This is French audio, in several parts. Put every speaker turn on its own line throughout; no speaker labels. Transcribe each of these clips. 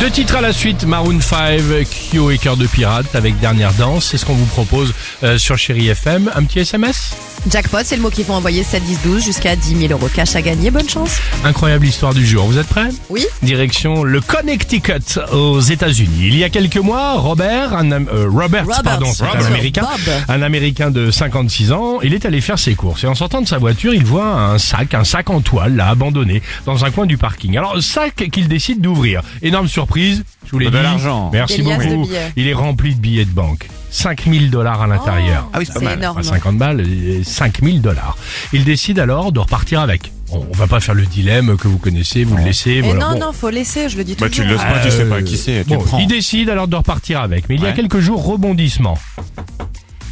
Deux titres à la suite, Maroon 5, Kyo et Cœur de Pirate avec Dernière Danse. C'est ce qu'on vous propose euh, sur Chéri FM. Un petit SMS
Jackpot, c'est le mot qu'il faut envoyer 7 10 12 jusqu'à 10 000 euros cash à gagner. Bonne chance.
Incroyable histoire du jour. Vous êtes prêts
Oui.
Direction le Connecticut aux États-Unis. Il y a quelques mois, Robert, un, Am- euh, Robert,
Robert,
pardon, c'est
Robert,
un américain, Ah
Bob.
un américain de 56 ans, il est allé faire ses courses et en sortant de sa voiture, il voit un sac, un sac en toile, là, abandonné dans un coin du parking. Alors, sac qu'il décide d'ouvrir. Énorme surprise, je vous l'ai
De
dit.
l'argent.
Merci
Des liasses de
beaucoup.
billets.
Il est rempli de billets de banque. 5000 dollars à l'intérieur.
Ah oui, c'est pas mal.
Oh, énorme.
Enfin, 50 balles, et 5000 dollars. Il décide alors de repartir avec. On on va pas faire le dilemme que vous connaissez, vous le laissez.
Et
voilà.
non,
Bon.
non, faut laisser, je le dis
Bah, tu
toujours.
le laisses pas, tu sais pas
Euh,
qui c'est, tu
bon,
le prends.
Il décide alors de repartir avec. Mais il y a
Ouais.
quelques jours, rebondissement.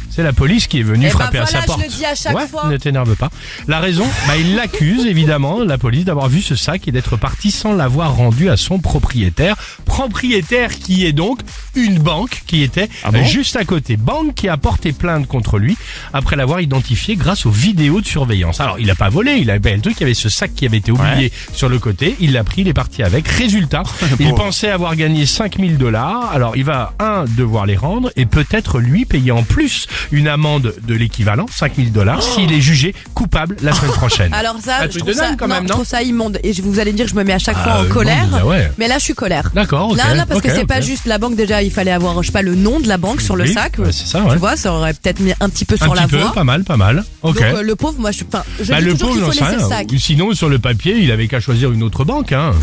C'est la police qui est venue
Eh ben
frapper
voilà,
à sa
je le
porte.
dis à chaque
Ouais,
fois.
Ne t'énerve pas. La raison, bah, il l'accuse évidemment, la police, d'avoir vu ce sac et d'être parti sans l'avoir rendu à son propriétaire. Propriétaire qui est donc une banque qui était
Ah bon
euh, juste à côté. Banque qui a porté plainte contre lui après l'avoir identifié grâce aux vidéos de surveillance. Alors, il n'a pas volé, il avait le truc, il y avait ce sac qui avait été oublié sur le côté, il l'a pris, il est parti avec. Résultat, il
Pauvre.
pensait avoir gagné 5000 dollars. Alors, il va, un, devoir les rendre et peut-être lui payer en plus une amende de l'équivalent, 5000 dollars, s'il est jugé coupable la semaine prochaine.
Alors ça,
Un
je
truc
trouve
de dingue
ça,
quand
non,
même,
je
non
trouve ça immonde. Et je vous allez me dire, que je me mets à chaque fois
Ah,
en
euh,
colère.
bon, bah ouais.
Mais là, je suis colère.
D'accord, ok.
Là, là, parce que
ok,
c'est pas
ok.
juste la banque. Déjà, il fallait avoir, je sais pas, le nom de la banque sur le
Oui,
sac.
ouais, c'est ça,
Tu
ouais.
vois, ça aurait peut-être mis un petit peu
Un
sur la
petit peu,
voie.
pas mal, pas mal. Ok.
Donc, euh, le pauvre, moi, je, enfin, je
Bah,
dis
le
toujours
pauvre,
qu'il faut
j'en sais
laisser le
rien.
sac.
Ou Sinon, sur le papier, il avait qu'à choisir une autre banque. Hein.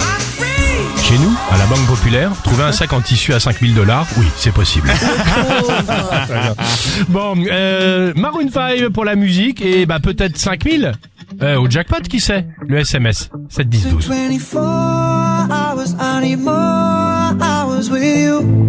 Chez nous, à la Banque Populaire, trouver un sac en tissu à 5000 dollars, oui, c'est possible.
Pauvre.
bon, euh, Maroon 5 pour la musique et bah peut-être 5000 euh, au jackpot, qui sait Le SMS, 7 10 12.
24 hours, I need more hours with you.